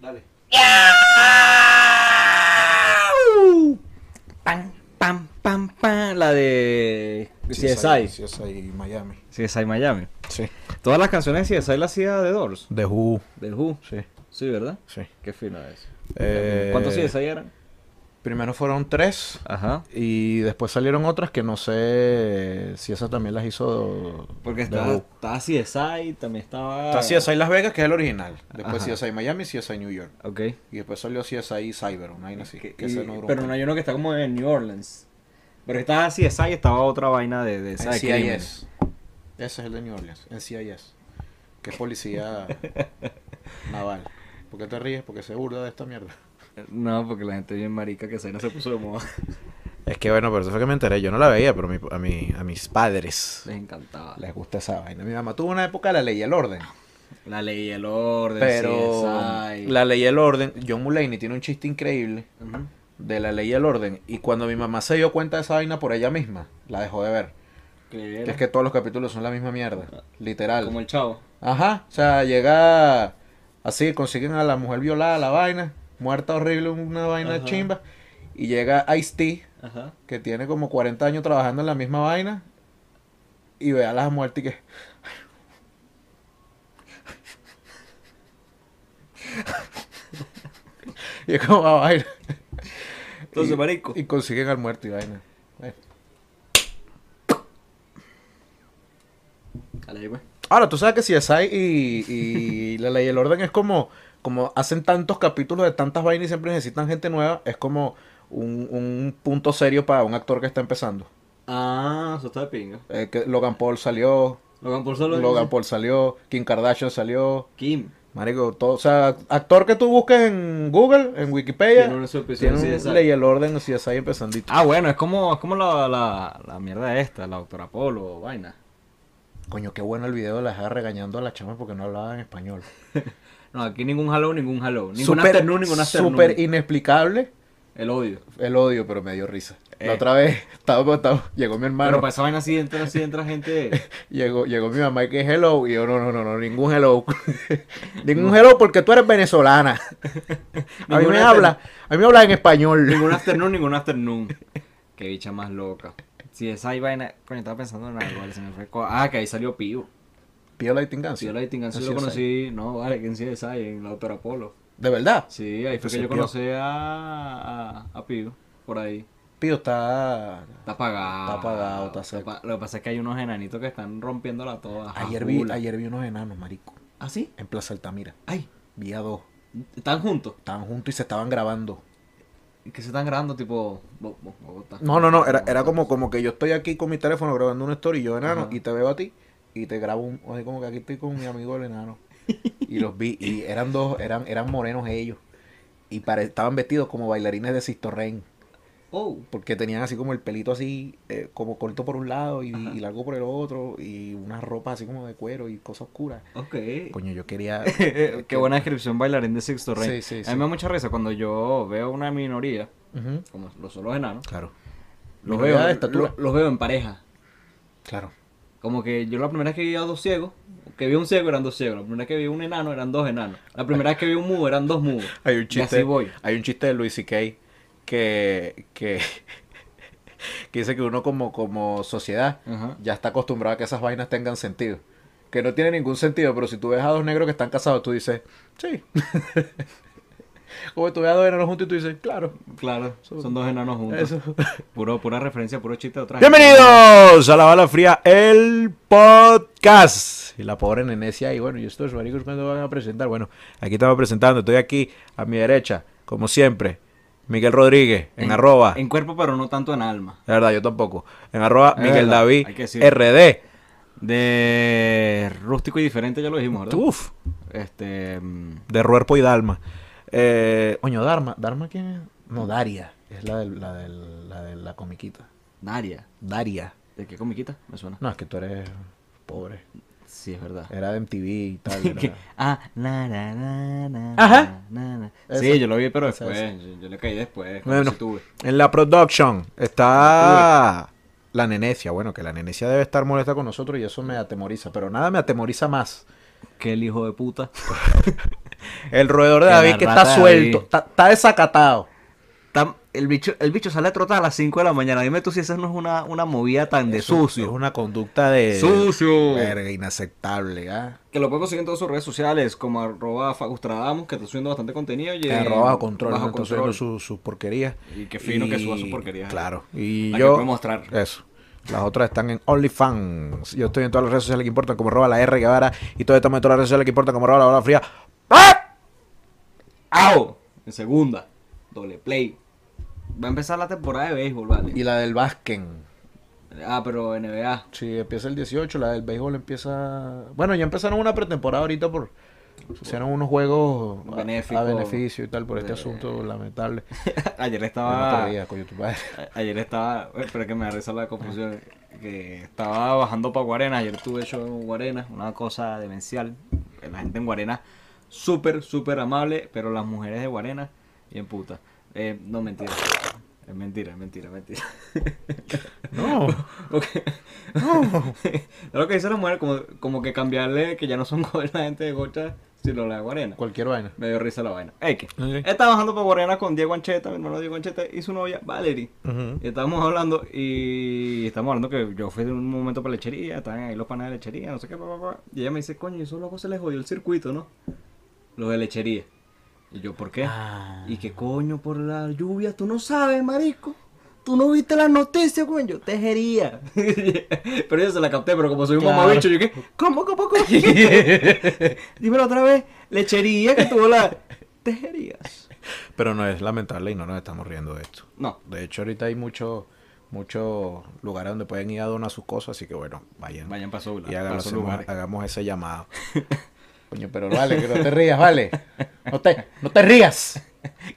Dale. Pam, pam, pam, pam. La de CSI. CSI Miami. CSI Miami. Sí. Todas las canciones de CSI las hacía de Doors. The Who. Del Who. Sí, Sí, ¿verdad? sí. Qué fino es. Eh, ¿Cuántos CSI eran? Primero fueron tres. Ajá. Y después salieron otras que no sé si esas también las hizo. Porque The estaba, Ah. Who. estaba CSI, también estaba... Está CSI Las Vegas, que es el original. Después Ajá. CSI Miami, CSI New York. Ok. Y después salió CSI Cyber, una vaina así. Que- que y- ese no duró pero mucho. no hay uno que está como en New Orleans. Pero estaba CSI y estaba otra vaina de, de esa En de crímenes. CIS. Ese es el de New Orleans, en CIS. Que es policía naval. ¿Por qué te ríes? Porque se burla de esta mierda. No, porque la gente bien marica que esa vaina se puso de moda. Es que bueno, pero eso fue que me enteré. Yo no la veía, pero a, mi, a mis padres Les encantaba. les gusta esa vaina. Mi mamá tuvo una época la ley y el orden. Ah, La ley y el orden, Pero CSI. la ley y el orden, John Mulaney tiene un chiste increíble Ujú. de la ley y el orden. Y cuando mi mamá se dio cuenta de esa vaina por ella misma, la dejó de ver. Que Que era es que todos los capítulos son la misma mierda. Literal. Como el chavo. Ajá, o sea, llega así, consiguen a la mujer violada, la vaina, muerta horrible, una vaina Ajá. chimba, y llega Ice-T, Ajá. que tiene como 40 años trabajando en la misma vaina, y ve a las muertas y que... y es como "Ah, vaina. Entonces, Y- marico. Y consiguen al muerto y vaina. Bueno. Dale ahí, pues. Ahora, tú sabes que CSI y, y la ley y el orden es como, como hacen tantos capítulos de tantas vainas y siempre necesitan gente nueva, es como un, un punto serio para un actor que está empezando. Ah, eso está de pinga. Eh, que Logan Paul salió, Logan Paul solo. Logan Paul salió, Kim Kardashian salió, Kim. marico, todo, o sea, actor que tú busques en Google, en Wikipedia, Tiene una tiene episodio un de CSI. ley y el orden CSI empezandito. Ah, bueno, es como, es como la, la, la mierda esta, la doctora Polo, vaina. Coño, qué bueno el video de la hija regañando a la chama porque no hablaba en español. No, aquí ningún hello, ningún hello. Ningún Súper- afternoon, ningún afternoon. Súper inexplicable. El odio. El odio, pero me dio risa. Eh. La otra vez, estaba, estaba- llegó mi Pero hermano, para esa vaina sí entra, sí entra gente. llegó, llegó mi mamá y que hello, y yo no, no, no, no ningún hello. ningún hello porque tú eres venezolana. a mí Ningún me after- habla, a mí me habla en español. ningún afternoon, ningún afternoon. Qué bicha más loca. Si esa hay vaina. Coño, estaba pensando en algo, vale, se me fue. co- Ah, que ahí salió Pío. Pío la tingancia. Sí, yo la Tingancio Así lo es, conocí. No, vale, que en CSI, en la doctora Polo. De verdad. Sí, ahí fue Pues que el yo Pío. conocí a, a, a Pío, por ahí. Pío está. Está apagado. Está apagado, está seco. pa- Lo que pasa es que hay unos enanitos que están rompiéndola toda. Ayer vi, Jajula. ayer vi unos enanos, marico, ¿Ah, sí? en Plaza Altamira. Ay, Vi a dos. están juntos. Estaban juntos y se estaban grabando. ¿Y que se están grabando tipo Bo- Bo- Bogotá? No, no, no, era, Bogotá. era como, como que yo estoy aquí con mi teléfono grabando una story, yo enano, Ajá. y te veo a ti, y te grabo un, así como que aquí estoy con mi amigo el enano. Y los vi, y eran dos, eran, eran morenos ellos, y pare- estaban vestidos como bailarines de Sistorren, Oh, porque tenían así como el pelito así, eh, como corto por un lado y, Ajá. y largo por el otro, y unas ropas así como de cuero y cosas oscuras. Eh, ok. Coño, yo quería... Qué buena descripción bailarín de Sixto Rey. Sí, sí, A sí. mí me da mucha risa cuando yo veo una minoría, Ujú, como los solos enanos, Claro, los Minoría veo, de estatura. lo- los veo en pareja. claro. Como que yo la primera vez que vi a dos ciegos, que vi a un ciego eran dos ciegos, la primera vez que vi a un enano eran dos enanos, la primera vez que vi a un mudo eran dos mudos. Hay un Y así chiste, voy. hay un chiste de Luis C.K. que, que, que dice que uno como, como sociedad Ajá. ya está acostumbrado a que esas vainas tengan sentido. Que no tiene ningún sentido, pero si tú ves a dos negros que están casados, tú dices, sí. Como tú ves a dos negros juntos y tú dices, claro. Claro, son dos enanos juntos. Eso. Puro, pura referencia, puro chiste de otra gente. Bienvenidos a La Bala Fría, el podcast. Y la pobre nenecia y bueno, y estos maricos cuando van a presentar. Bueno, aquí estamos presentando, estoy aquí a mi derecha, como siempre, Miguel Rodríguez, en, arroba. En cuerpo, pero no tanto en alma. La verdad, yo tampoco. En arroba Es Miguel verdad, David hay que decir. RD. De rústico y diferente, ya lo dijimos, ¿verdad? Uf, Este. mm, de Ruerpo y Dalma. Eh, oño, Dharma. ¿Dharma quién es? No, Daria. Es la, del- la, del- la de la comiquita. Daria. Daria. ¿De qué comiquita? Me suena. No, es que tú eres pobre. Sí, es verdad. Era de MTV y tal. Que- era- ah, na, na, na, na, Ajá. na, na. Esa. Sí, yo lo vi, pero Esa, después. Yo, yo le caí después. cuando Bueno. sí tuve. En la production está la nenecia. Bueno, que la nenecia debe estar molesta con nosotros y eso me atemoriza. Pero nada me atemoriza más Que el hijo de puta. El roedor de Que la David que rata está de suelto, David. está, está desacatado. Tam- el, bicho, el bicho sale a trotar a las 5 de la mañana. Dime tú si esa no es una, una movida tan de Eso sucio. Es una conducta de. Sucio. Verga, inaceptable, ¿ah? Que lo puedes conseguir en todas sus redes sociales, como arroba Fagustradamos, que está subiendo bastante contenido. Y, eh, Perro bajo control, Bajo entonces control. Sus sus porquerías. Y qué fino que suba sus porquerías. Claro. Y La que yo. puede mostrar. Eso. Las otras están en OnlyFans. Yo estoy en todas las redes sociales que importan, como arroba la R Guevara. Y todas estamos en todas las redes sociales que importan, como arroba la hora fría. ¡Ah! ¡Au! En segunda, doble play. Va a empezar la temporada de béisbol, vale. Y la del Basken. Ah, pero NBA. Sí, empieza el 18, la del béisbol empieza... Bueno, ya empezaron una pretemporada ahorita por... Hicieron unos juegos a- a, Benéfico. beneficio y tal por De- este asunto lamentable. ayer No te estaba. rías, coño, tu madre. a- Ayer estaba. eh, Pero es que me da risa la confusión. Que estaba bajando para Guarena. Ayer tuve hecho en Guarena. Una cosa demencial. que La gente en Guarena, súper, súper amable. Pero las mujeres de Guarena, bien puta. Eh, no, mentira. Es mentira, es mentira, es mentira. No, Porque- no. lo que dice la mujer, como, como que cambiarle que ya no son go- la gente de Gocha, sino la de Guarena. Cualquier vaina. Me dio risa la vaina. X. Ok. Estaba bajando por Guarena con Diego Ancheta, mi hermano Diego Ancheta, y su novia Valerie. Ujú. Y estábamos hablando, y estábamos hablando que yo fui de un momento para lechería, estaban ahí los panes de lechería, no sé qué, pa, pa, pa. y ella me dice, coño, y esos locos se les jodió el circuito, ¿no? Los de lechería. Y yo, ¿por qué? Ah. Y que coño, por la lluvia, tú no sabes, marico. Tú no viste las noticias, coño, yo tejería. pero yo se la capté, pero como soy un Claro. mamabicho, yo que, ¿cómo, cómo, cómo? Dímelo otra vez, lechería que tuvo la tejerías. Pero no es lamentable y no nos estamos riendo de esto. No, De hecho, ahorita hay muchos muchos lugares donde pueden ir a donar sus cosas, así que bueno, vayan. vayan para su Y pa' hagamos, su lugar. hagamos ese llamado. Coño, pero vale, que no te rías, vale. No te, no te rías.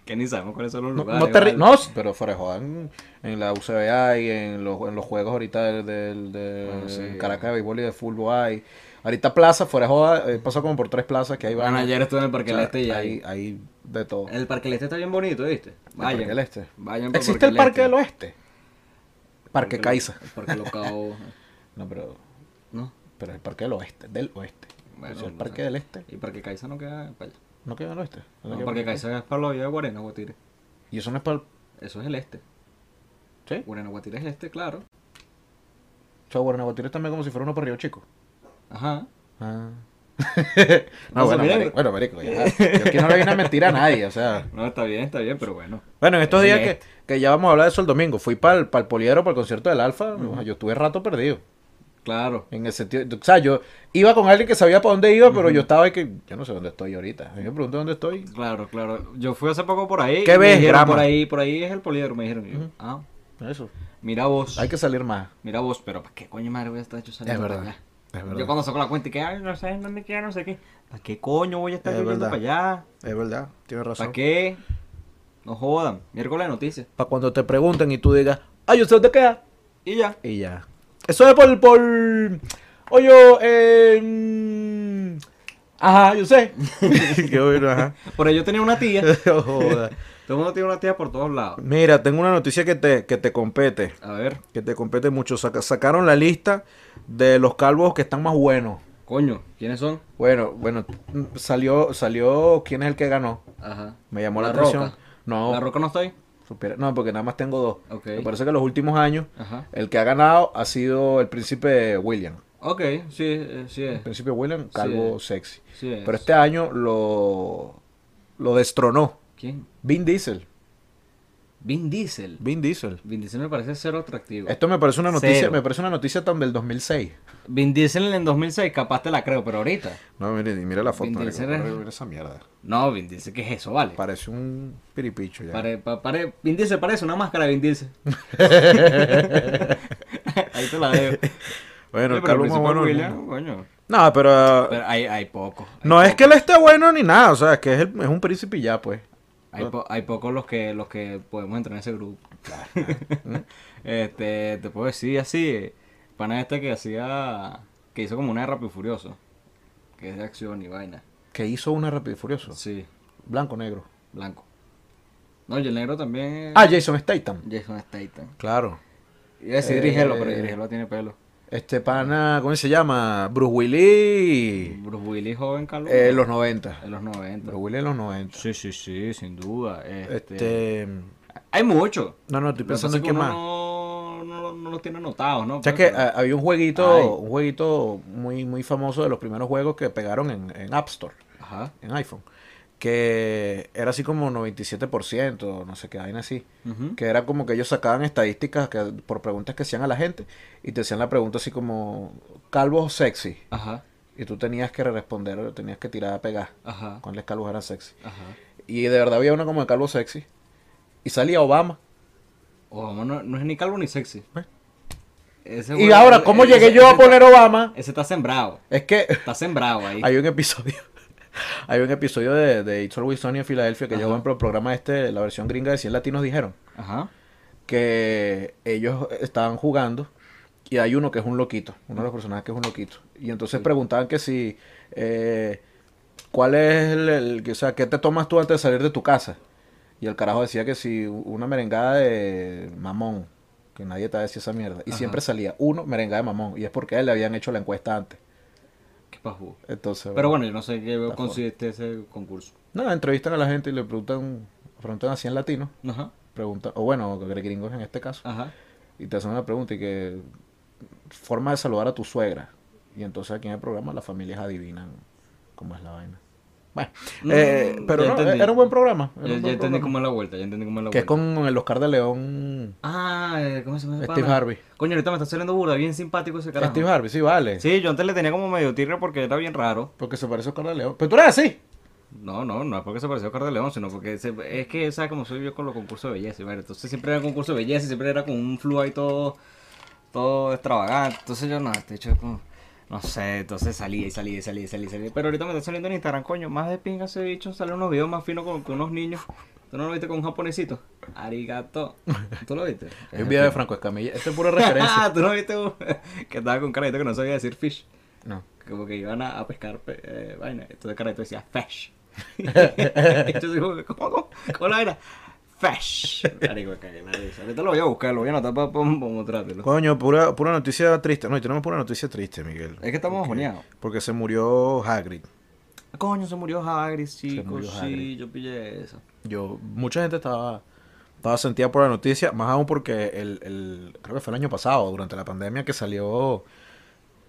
Que ni sabemos cuáles son los No, lugares. no te ¿vale? ri- no, sí, pero fuera de joda, en, en la UCBA y en los, en los juegos ahorita del, del- del Bueno, sí. Caracas de béisbol y de fútbol hay. Ahorita plaza, fuera de joda, eh, pasó como por tres plazas que hay Bueno, vainas. ayer estuve en el O Parque sea, del Este y ahí. hay, hay de todo. El Parque del Este está bien bonito, ¿viste? Vayan. Parque del Este? Vayan por ¿Existe el del Parque Este. del Oeste? Parque Lo- Caiza. Parque Locao. No, pero, ¿No? pero el Parque del Oeste, del Oeste. Bueno, O sea, el no Parque sé. del Este, Y Parque Caiza no queda para allá. no queda el Oeste. ¿No No, queda Parque por acá? Caiza es para la vida de Guarena, Guatire. Y eso no es para el... Eso es el este. ¿Sí? Guarena, Guatire es el este, claro. O sea, Guaranaguatires también como si fuera uno para Río Chico. Ajá. Ah. No, no, bueno, mira, marico, bueno, marico, ya. Yo aquí no le vine a mentir a nadie, o sea. No, está bien, está bien, pero bueno. Bueno, en estos Sí, días que, este. que ya vamos a hablar de eso el domingo, fui para el, poliedro, para el concierto del Alfa, yo estuve rato perdido. Claro. En el sentido, o sea, yo iba con alguien que sabía para dónde iba, pero yo estaba ahí que, yo no sé dónde estoy ahorita. A mí me pregunté dónde estoy. Claro, claro. Yo fui hace poco por ahí. y ¿Qué me ves, dijeron, grama? Por ahí, por ahí es el poliedro, me dijeron. Y yo, ah, Eso. mira vos. Hay que salir más. Mira vos, pero ¿para qué coño madre voy a estar yo saliendo Es verdad, para allá? es verdad. Yo cuando saco la cuenta y que, ay, no sé en dónde queda, no sé qué. ¿Para qué coño voy a estar Es yo yendo verdad. para allá? Es verdad, tienes ¿Para qué? No jodan. Miércoles de noticias. Para cuando te pregunten y tú digas, ay, ¿usted dónde queda? Y ya. Y ya. Eso es por. por... Oye, eh. mm, Ajá, yo sé. Qué bueno, ajá. Por ahí yo tenía una tía. Joda. Todo el mundo tiene una tía por todos lados. Mira, tengo una noticia que te, que te compete. A ver, Que te compete mucho. Saca- sacaron la lista de los calvos que están más buenos. coño, ¿quiénes son? Bueno, bueno, mm, salió, salió quién es el que ganó. Ajá. Me llamó la, La atención. Roca. No, ¿La roca no está ahí? supiera- no, porque nada más tengo dos. Ok. Me parece que en los últimos años, Ajá. el que ha ganado ha sido el príncipe William. Ok, sí, eh, sí El es. príncipe William, calvo sexy. Sí es. Pero este año lo, lo destronó. ¿Quién? Vin Diesel. Vin Diesel. Vin Diesel. Vin Diesel me parece cero atractivo. Esto me parece una noticia, Cero. me parece una noticia tan del 2006. Vin Diesel en 2006, capaz te la creo, pero ahorita. No, mire, mira la foto. Vin marico, Diesel es- mira esa mierda. No, Vin Diesel, ¿qué es eso? Vale. Parece un piripicho ya. Pare, pa- pare- Vin Diesel parece una máscara de Vin Diesel. Ahí te la dejo. Bueno, el Pero calvo más principal bueno. del William, mundo. coño. No, pero, uh, Pero hay, hay poco. Hay no es poco. que él esté bueno ni nada, o sea, es que es, el- es un príncipe y ya, pues. Hay, po- hay pocos los que, los que podemos entrar en ese grupo. este, te puedo decir así, pana este que hacía, que hizo como una de Rápido y Furioso, que es de acción y vaina. Que hizo una rápido y furioso. Sí, Blanco negro. blanco. No, y el negro también es Ah, Jason Statham. Jason Statham. Claro. Iba a decir Eh, Dirigelo, pero Dirigelo tiene pelo. Este pana, ¿cómo se llama? Bruce Willis. Bruce Willis joven calor. En Eh, los 90. En los 90. Bruce Willis en los 90. Sí, sí, sí, sin duda. Este, Este. Hay mucho. No, no, estoy Lo que pasa pensando es en que qué uno más. No, no, lo- no los tiene anotados, ¿no? O sea, es que Pero- ah, había un jueguito, Ay. un jueguito muy, muy famoso de los primeros juegos que pegaron en, en App Store, Ajá. en iPhone, que era así como 97%, no sé qué, vaina así. Ujú. Que era como que ellos sacaban estadísticas que, por preguntas que hacían a la gente y te hacían la pregunta así como, ¿calvos o sexy? Ajá. Y tú tenías que responder, tenías que tirar a pegar. Ajá. ¿Cuáles calvos eran sexy? Ajá. Y de verdad había una como de calvo sexy. Y salía Obama. Obama Oh, no, no es ni calvo ni sexy. Ve. Ese Y güey- ahora, ¿cómo ese- llegué yo ese a está- poner Obama? Ese está sembrado. Es que Está sembrado ahí. Hay un episodio. Hay un episodio de, de It's Always Sunny en Filadelfia que Ajá. llevan por el programa este, la versión gringa de 100 latinos dijeron Ajá. que ellos estaban jugando y hay uno que es un loquito, uno de los personajes que es un loquito. Y entonces preguntaban que si, eh, ¿cuál es el, el- que- o sea, qué te tomas tú antes de salir de tu casa? Y el carajo decía que si una merengada de mamón, que nadie te decía esa mierda. Y Ajá. siempre salía uno merengada de mamón. Y es porque a él le habían hecho la encuesta antes. Qué pajú. Entonces, Pero bueno, yo no sé qué Está consiste ese este concurso. Nada, entrevistan a la gente y le preguntan, preguntan a 100 latinos, Ajá. preguntan, o bueno, gringos en este caso, Ajá. y te hacen una pregunta y que forma de saludar a tu suegra. Y entonces aquí en el programa las familias adivinan cómo es la vaina. Bueno, Mm, eh, pero ya no, entendí. era un buen programa. era Ya, un ya buen entendí programa. cómo es la vuelta, ya entendí cómo es la que es vuelta. con el Oscar de León. Ah, eh, ¿cómo se llama? ese Steve pana? Harvey. Coño, ahorita me está saliendo burda, bien simpático ese carajo. Steve Harvey, sí, vale. Sí, yo antes le tenía como medio tirre porque era bien raro. Porque se parece a Oscar de León. Pero tú eres así. No, no, no es porque se pareció a Oscar de León, sino porque se- es que, ¿sabes cómo soy yo con los concursos de belleza? y vaina? Entonces siempre era concurso de belleza y siempre era con un flu ahí todo, todo extravagante. Entonces yo no, este hecho es como, no sé, entonces salí y salí y salí y salí, y salí. Pero ahorita me está saliendo en Instagram, coño, más de pinga ese bicho, salen unos videos más finos con, con unos niños. ¿Tú no lo viste con un japonesito? Arigato. ¿Tú lo viste? Hay un video de Franco Escamilla. Este es pura referencia. Ah, ¿tú no viste un- que estaba con un carajito que no sabía decir fish? No. Como que iban a, a pescar pe- eh, vaina. Entonces el carajito decía fish. Entonces digo, ¿cómo? ¿Cómo, ¿Cómo la vaina? Fish. Marico, me cagué la risa. Ahorita lo voy a buscar, lo voy a anotar para mostrártelo. Coño, pura, pura noticia triste. No, y tenemos pura noticia triste, Miguel. Es que estamos Porque- bajoneados. Porque se murió Hagrid. Coño, se murió Hagrid, chicos. murió sí, Hagrid. yo pillé eso. Yo, mucha gente estaba, estaba sentida por la noticia, más aún porque el, el- creo que fue el año pasado, durante la pandemia, que salió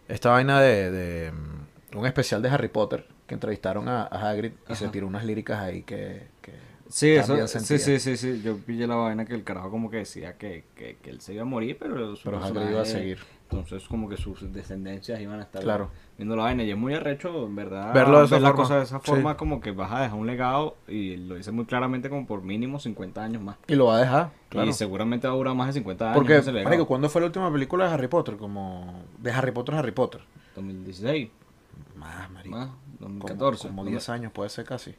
esta vaina de, de, mm, un especial de Harry Potter, que entrevistaron a, a Hagrid y se Ajá. tiró unas líricas ahí que... que Sí, también eso, sí, sentía. sí, sí, sí, yo pillé la vaina que el carajo como que decía que, que, que él se iba a morir, pero su Pero Hagrid personaje- iba a seguir. Entonces como que sus descendencias iban a estar Claro. viendo la vaina y es muy arrecho, en verdad. Verlo de esa ver la forma. cosa de esa Sí. forma como que vas a dejar un legado y lo dice muy claramente como por mínimo 50 años más. Y lo va a dejar, claro. Y seguramente va a durar más de 50 años Porque, ese legado. marico, ¿cuándo fue la última película de Harry Potter? Como de Harry Potter a Harry Potter. 2016, Más, marico. más, Como- 2014. Como, 10 años puede ser casi.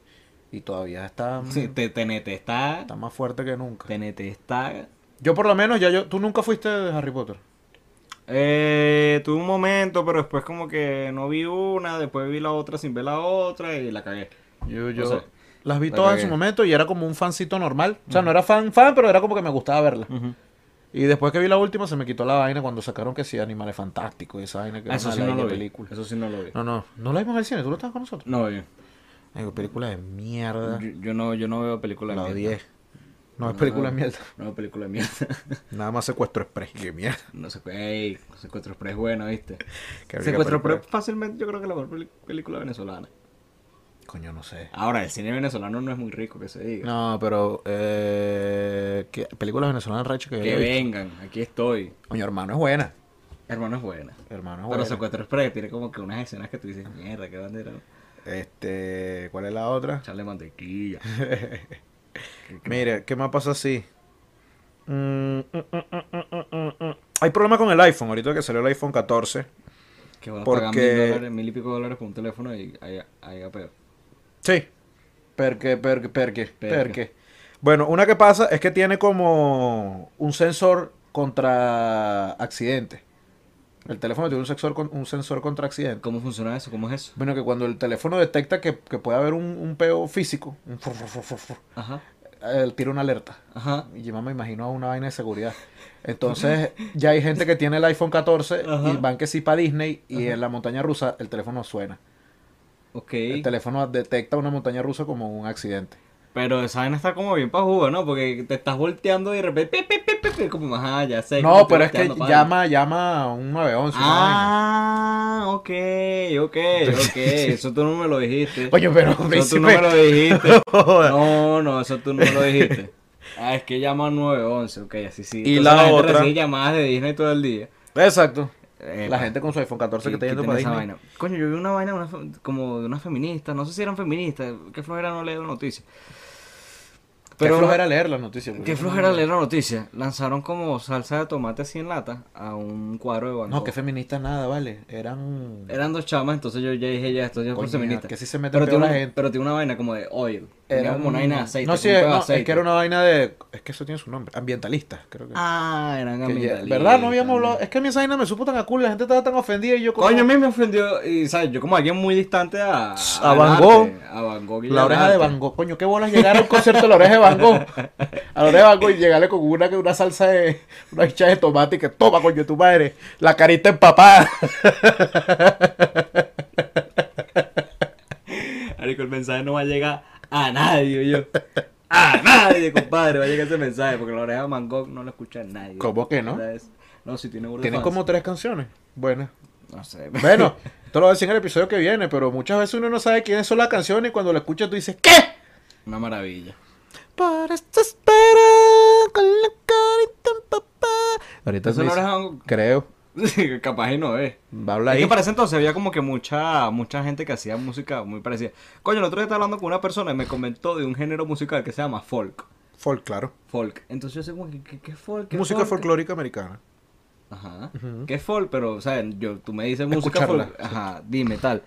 Y todavía está, mm, Sí, te- TNT está, está más fuerte que nunca. TNT está... Yo por lo menos, ya yo, tú nunca fuiste de Harry Potter. Eh, tuve un momento, pero después como que no vi una, después vi la otra sin ver la otra y la cagué. Yo, yo- yo las vi la todas en cagué. su momento y era como un fancito normal. O sea, no era fan, fan, pero era como que me gustaba verla. Y después que vi la última se me quitó la vaina cuando sacaron que sí, Animales Fantásticos y esa vaina que Ah, era Eso una sí no ley de lo vi. película. Eso sí no lo vi. No, no, no la vimos en el cine, tú lo estabas con nosotros. Ah. No, yo, Ay, película de mierda. yo- yo no, yo no veo películas La de mierda. odié. No, es película no. de mierda. No veo películas de mierda. Nada más Secuestro Express. Qué mierda. No sé, ey, Secuestro Express es bueno, ¿viste? Qué rica Secuestro película. Express fácilmente yo creo que la mejor peli- película venezolana. Coño, no sé. Ahora, el cine venezolano no es muy rico, que se diga. No, pero... Eh, ¿qué? Películas venezolanas, Racho, que yo que haya visto. vengan, aquí estoy. Coño, hermano, es buena. Hermano es buena. Hermano, es Pero buena. Secuestro Express tiene como que unas escenas que tú dices, mierda, qué bandera. Este, ¿cuál es la otra? Echarle mantequilla. Mire, ¿qué más pasa así? Mm, mm, mm, mm, mm, mm, mm. Hay problema con el iPhone, ahorita que salió el iPhone 14. Que va a Porque- pagar mil dólares, mil y pico dólares por un teléfono y ahí, ahí a peor. Sí. Perque, perque, perque, Perque. perque. Bueno, una que pasa es que tiene como un sensor contra accidente. El teléfono tiene un sensor, con, un sensor contra accidente. ¿Cómo funciona eso? ¿Cómo es eso? Bueno, que cuando el teléfono detecta que, que puede haber un, un peo físico, un fru, fru, fru, fru, fru, Ajá. eh, tira una alerta. Ajá. Y yo me imagino a una vaina de seguridad. Entonces, ya hay gente que tiene el iPhone 14 Ajá. y van que sí para Disney y Ajá. en la montaña rusa el teléfono suena. Ok. El teléfono detecta una montaña rusa como un accidente. Pero esa vaina está como bien para jugar, ¿no? Porque te estás volteando y de repente. pi, pi, pi, pi, como, ajá, ya sé. me No, estoy pero es que volteando, padre. llama, llama a un 911. una vaina. Ah, ok, ok, ok. Eso tú no me lo dijiste. Coño, pero Eso tú no príncipe. me lo dijiste. Joda. No, no, eso tú no me lo dijiste. Ah, es que llama 911, ok, así sí. Y Entonces la gente otra- recibe llamadas de Disney todo el día. Exacto. Eh, la pa, gente con su iPhone 14 que está quiten yendo para esa Disney. vaina. Coño, yo vi una vaina una fe- como de unas feministas, no sé si eran feministas, qué flojera no leer la noticia. Pero, Pero- qué flojera leer la noticia. pues. porque Qué yo no- flojera leer la noticia. Lanzaron como salsa de tomate así en lata a un cuadro de banco. No, que feministas nada, vale. Eran. Eran dos chamas, entonces yo ya dije, ya, esto ya es por Coño, feminista. que sí se mete pero peor tiene la una- gente. Pero tiene una vaina como de oil. Era eran- como una vaina de aceite. No, como sí, eh, un pedo de no, es aceite. que era una vaina de. Es que eso tiene su nombre. Ambientalistas, creo que. Ah, eran Que ya- ambientalistas. ¿Verdad? No habíamos hablado. Es que a mí esa vaina me supo tan a culo. La gente estaba tan ofendida y yo como. Coño, a mí me ofendió, y, ¿sabes? Yo como alguien muy distante a... A al Van arte, Gogh. A Van Gogh y La al oreja arte. de Van Gogh, coño, qué bolas llegar al concierto de la oreja de Van Gogh. A la oreja de Van Gogh y llegarle con una, una salsa de. Una hincha de tomate y que toma, coño, tu madre. La carita empapada. Marico, el mensaje no va a llegar a nadie, yo. A nadie, compadre, va a llegar ese mensaje, porque la oreja de Van Gogh no lo escucha nadie. ¿Cómo que no? ¿Sabes? No, si tiene burda de Tiene fans. como tres canciones. Buenas. No sé. Bueno, esto lo voy a decir en el episodio que viene, pero muchas veces uno no sabe quiénes son las canciones y cuando lo escuchas tú dices, ¿qué? Una maravilla. Para esta espera con la carita en papá. Ahorita Eso me no dice- era algo- creo. Sí, Capaz y no es. Va a hablar Es ahí. que para ese entonces había como que mucha mucha gente que hacía música muy parecida. Coño, el otro día estaba hablando con una persona y me comentó de un género musical que se llama folk. Folk, claro. Folk. Entonces yo sé como que, ¿qué, qué folk? ¿Qué Música folk? folclórica americana. Ajá. Ujú. ¿Qué folk? Pero, o sea, yo, tú me dices música Escucharla, folk. Ajá, dime tal.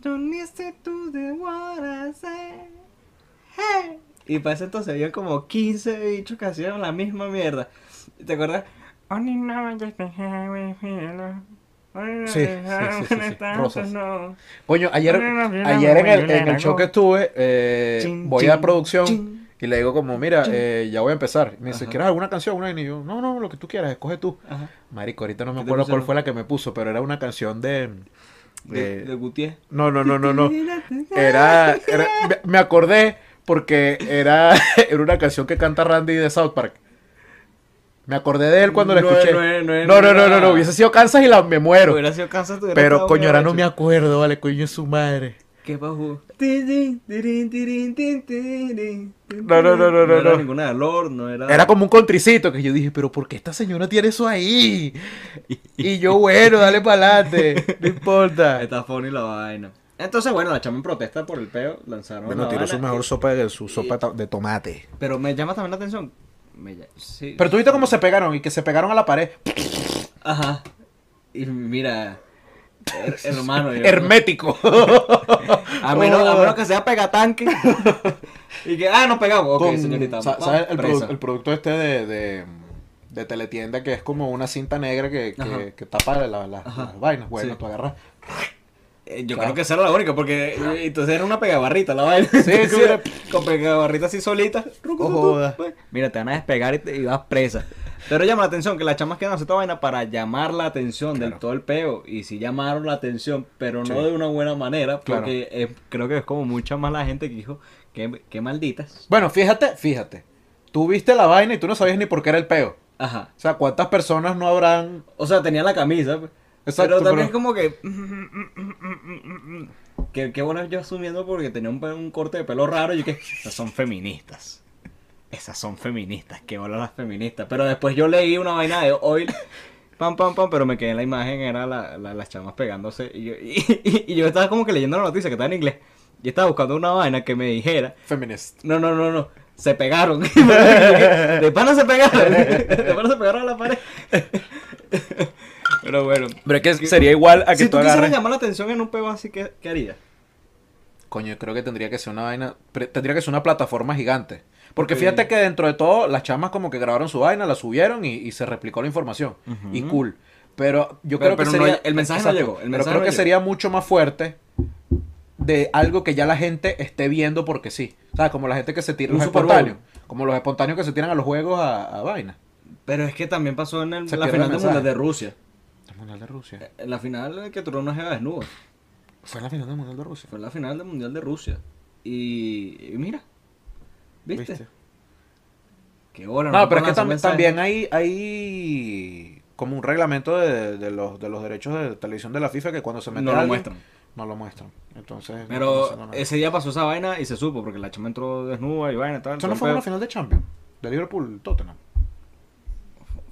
Don't listen to the what I say. Hey. Y para ese entonces había como 15 bichos que hacían la misma mierda. ¿Te acuerdas? Only now I just behave with feeling. Only Sí, sí, now I sí, sí, just sí. Rosas. know. Coño, ayer, Bueno, bueno, ayer en el, bueno, en el bueno. show que estuve, eh, Chin, voy a chin, producción chin. y le digo como, mira, eh, ya voy a empezar. Y me dice, Ajá. ¿quieres alguna canción? Una? Y yo, no, no, lo que tú quieras, escoge tú. Ajá. Marico, ahorita no me ¿Qué te acuerdo cuál pusieron? fue la que me puso, pero era una canción de... de- Eh, De, de Gutiérrez. No, no, no, no, no. Era, era- me- me acordé porque era, era una canción que canta Randy de South Park. Me acordé de él cuando la No, escuché. no es- no es No, no, no, no, nada. no, hubiese sido Kansas y la me muero. Hubiera sido Kansas, tú hubieras Pero estado coño, ahora no me borracho. acuerdo, vale, coño es su madre. ¿Qué bajo? No, No, no, no, no, no, No era no. ninguna de Lord, no era. Era como un contricito que yo dije, pero ¿por qué esta señora tiene eso ahí? Y yo, bueno, dale para adelante, no importa. Está funny la vaina. Entonces, bueno, la chama en protesta por el peo, lanzaron. Bueno, la tiró vaina, su mejor sopa de su sopa ta- de tomate. Pero me llama también la atención. Me ll- sí. Pero tú viste cómo se pegaron y que se pegaron a la pared. Ajá. Y mira. her- hermano. yo- Hermético. A menos, a Oh. menos que sea pegatanque. y que, ah, nos pegamos. Ok, Con- señorita. sa- vamos, ¿Sabes el, produ- presa. el producto este de, de- de teletienda que es como una cinta negra que, que- Ajá. que tapa la- la- las, Ajá. vainas? Bueno, Sí. tú agarras. Eh, Yo Claro. creo que esa era la única, porque eh, entonces era una pegabarrita la vaina. Sí, Entonces, sí, era- Con pegabarrita así solita. Rucu, No tu, tu, jodas. pues. Mira, te van a despegar y, te, y vas presa. Pero llama la atención que las chamas quedan haciendo esta vaina para llamar la atención Claro. del todo el peo. Y si llamaron la atención, pero Sí. no de una buena manera, Claro. porque eh, creo que es como mucha más la gente que dijo, que, que malditas. Bueno, fíjate, fíjate. Tú viste la vaina y tú no sabías ni por qué era el peo. Ajá. O sea, ¿cuántas personas no habrán? O sea, tenía la camisa. pues. Exacto, pero también pero- es como que... Que, que bueno yo asumiendo porque tenía un, pe- un corte de pelo raro y yo que... Esas son feministas. Esas son feministas. Que bolas las feministas. Pero después yo leí una vaina de oil. Pam, pam, pam. Pero me quedé en la imagen. Era la- la- las chamas pegándose. Y yo, y- y- y yo estaba como que leyendo la noticia que estaba en inglés. Y estaba buscando una vaina que me dijera... Feministas. No, no, no, no. Se pegaron. De pana se pegaron. De pana se pegaron a la pared. Pero bueno. Pero es que sería igual a que Si tú, tú quisieras agarres. llamar la atención en un peo así, ¿qué, qué harías? Coño, yo creo que tendría que ser una vaina. pre- Tendría que ser una plataforma gigante. Porque Ok. fíjate que dentro de todo, las chamas como que grabaron su vaina, la subieron y, y se replicó la información. Ujú. Y cool. Pero Pero- yo creo que pero no sería. hay- el mensaje no llegó, el pero mensaje creo no que llegó. sería mucho más fuerte de algo que ya la gente esté viendo porque sí. O sea, como la gente que se tira Un los Super espontáneos. Como los espontáneos que se tiran a los juegos a, a vaina. Pero es que también pasó en el- Se la pierde el final del mensaje. Mundial de Rusia. El Mundial de Rusia. En la final eh, que tronó una jeva desnuda. Fue la final del Mundial de Rusia. Fue la final del Mundial de Rusia. Y, y mira. ¿Viste? Qué bola, No, nos pero es ponen que a hacer tam- mensajes. también hay, hay como un reglamento de, de los, de los derechos de televisión de la FIFA que cuando se mete no lo alguien, muestran. No lo muestran. Entonces, no está Pero pasando nada. ese día pasó esa vaina y se supo porque la chama entró desnuda y vaina tal. Eso no todo fue el una pedo. final de Champions. De Liverpool Tottenham.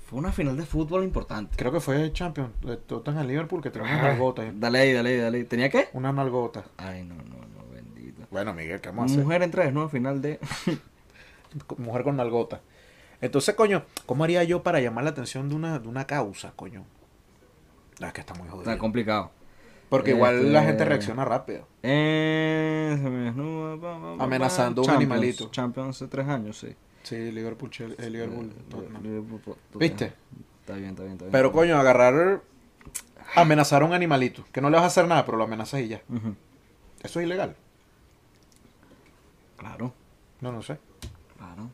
Fue una final de fútbol importante. Creo que fue Champions de Tottenham Liverpool que tenía una nalgota. ahí. Dale ahí, dale ahí, dale ahí. ¿Tenía qué? Una nalgota. Ay, no, no, no, bendito. Bueno, Miguel, ¿qué vamos a hacer? Mujer entra desnuda final de. Co- mujer con nalgota. Entonces, coño, ¿cómo haría yo para llamar la atención de una, de una causa, coño? Ah, es que está muy jodido. Está complicado. Porque igual la Este- gente reacciona rápido. Eh, se me desnuda, pa, pa, pa, pa. Amenazando a un Champions, animalito. Champions hace tres años, sí. Sí, Liverpool, Chel- eh, Liverpool. Eh, Tottenham. Liverpool, po- Tottenham. ¿Viste? Está bien, está bien, está bien. Pero, coño, agarrar. Amenazar a un animalito. Que no le vas a hacer nada, pero lo amenazas y ya. Ujú. Eso es ilegal. Claro, No, no sé. claro.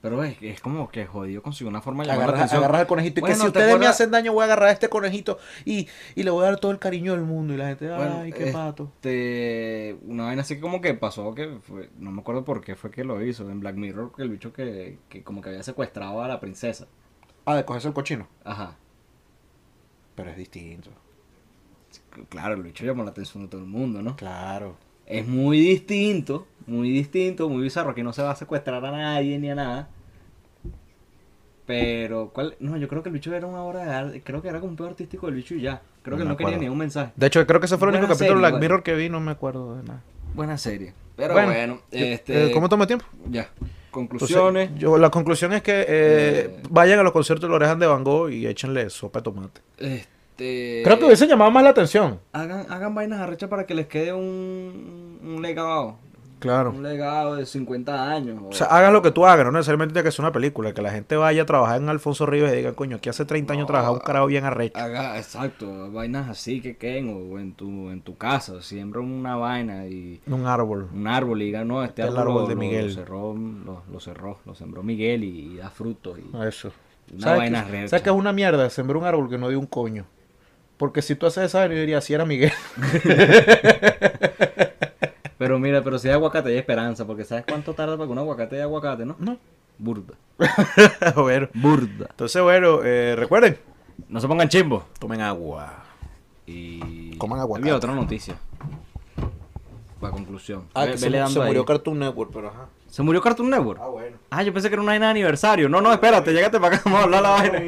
Pero es, que es como que jodido conseguir una forma de llamar la Agarras, atención. agarras al conejito. Y Bueno, que si te ustedes me acuerdas- hacen daño, voy a agarrar a este conejito. Y, y le voy a dar todo el cariño del mundo. Y la gente, Bueno, ay, qué pato. este, Una vaina así como que pasó, que fue- no me acuerdo por qué fue que lo hizo. En Black Mirror, que el bicho que, que como que había secuestrado a la princesa. Ah, de cogerse el cochino. Ajá. Pero es distinto. Claro, el bicho llamó la atención de todo el mundo, ¿no? Claro. Es muy distinto, muy distinto, muy bizarro. Aquí no se va a secuestrar a nadie ni a nada. Pero, ¿cuál? No, yo creo que el bicho era una obra de arte. Creo que era como un peor artístico del bicho y ya. Creo No que me no quería acuerdo. ni un mensaje. De hecho, creo que ese fue el único Buena capítulo de serie, Black bueno. Mirror que vi, no me acuerdo de nada. Buena serie. Pero bueno, Bueno, este. Eh, ¿Cómo toma tiempo? Ya. Entonces, Conclusiones. yo, la conclusión es que eh, Eh. vayan a los conciertos de Lorejan de Van Gogh y échenle sopa de tomate. este. Creo que hubiese llamado más la atención. Hagan, hagan vainas arrechas para que les quede un, un legado. Claro. Un legado de 50 años. O sea, hagas lo que tú hagas, no necesariamente tiene que ser una película. Que la gente vaya a trabajar en Alfonso Rivas y diga, coño, aquí hace 30 años trabajaba un carajo bien arrecho. Haga, exacto, vainas así que queden o en tu, en tu casa, siembra una vaina y En un árbol. un árbol y diga, no, este, Este es el árbol lo- de lo- Miguel". Lo, cerró, lo, lo cerró, lo sembró Miguel y, y da frutos. Y... Eso. Mm. Una ¿Sabes vaina que, arrecha. ¿Sabes que es una mierda? Sembrar un árbol que no dio un coño. Porque si tú haces esa, yo diría, si era Miguel. Pero mira, pero si hay aguacate hay esperanza, porque ¿sabes cuánto tarda para que un aguacate de aguacate, no? No. Burda. bueno. Burda. Entonces, bueno, eh, recuerden. No se pongan chimbo. Tomen agua. Y... Coman aguacate. Había otra noticia. Para conclusión. Ah, Ve- que se, vele dando se ahí. murió Cartoon Network, pero ajá. ¿Se murió Cartoon Network? Ah, bueno. Ah, yo pensé que era una vaina de aniversario. No, no, espérate, llégate para acá, vamos a hablar la vaina.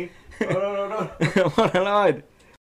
No, no, no, no. Vamos a hablar la vaina.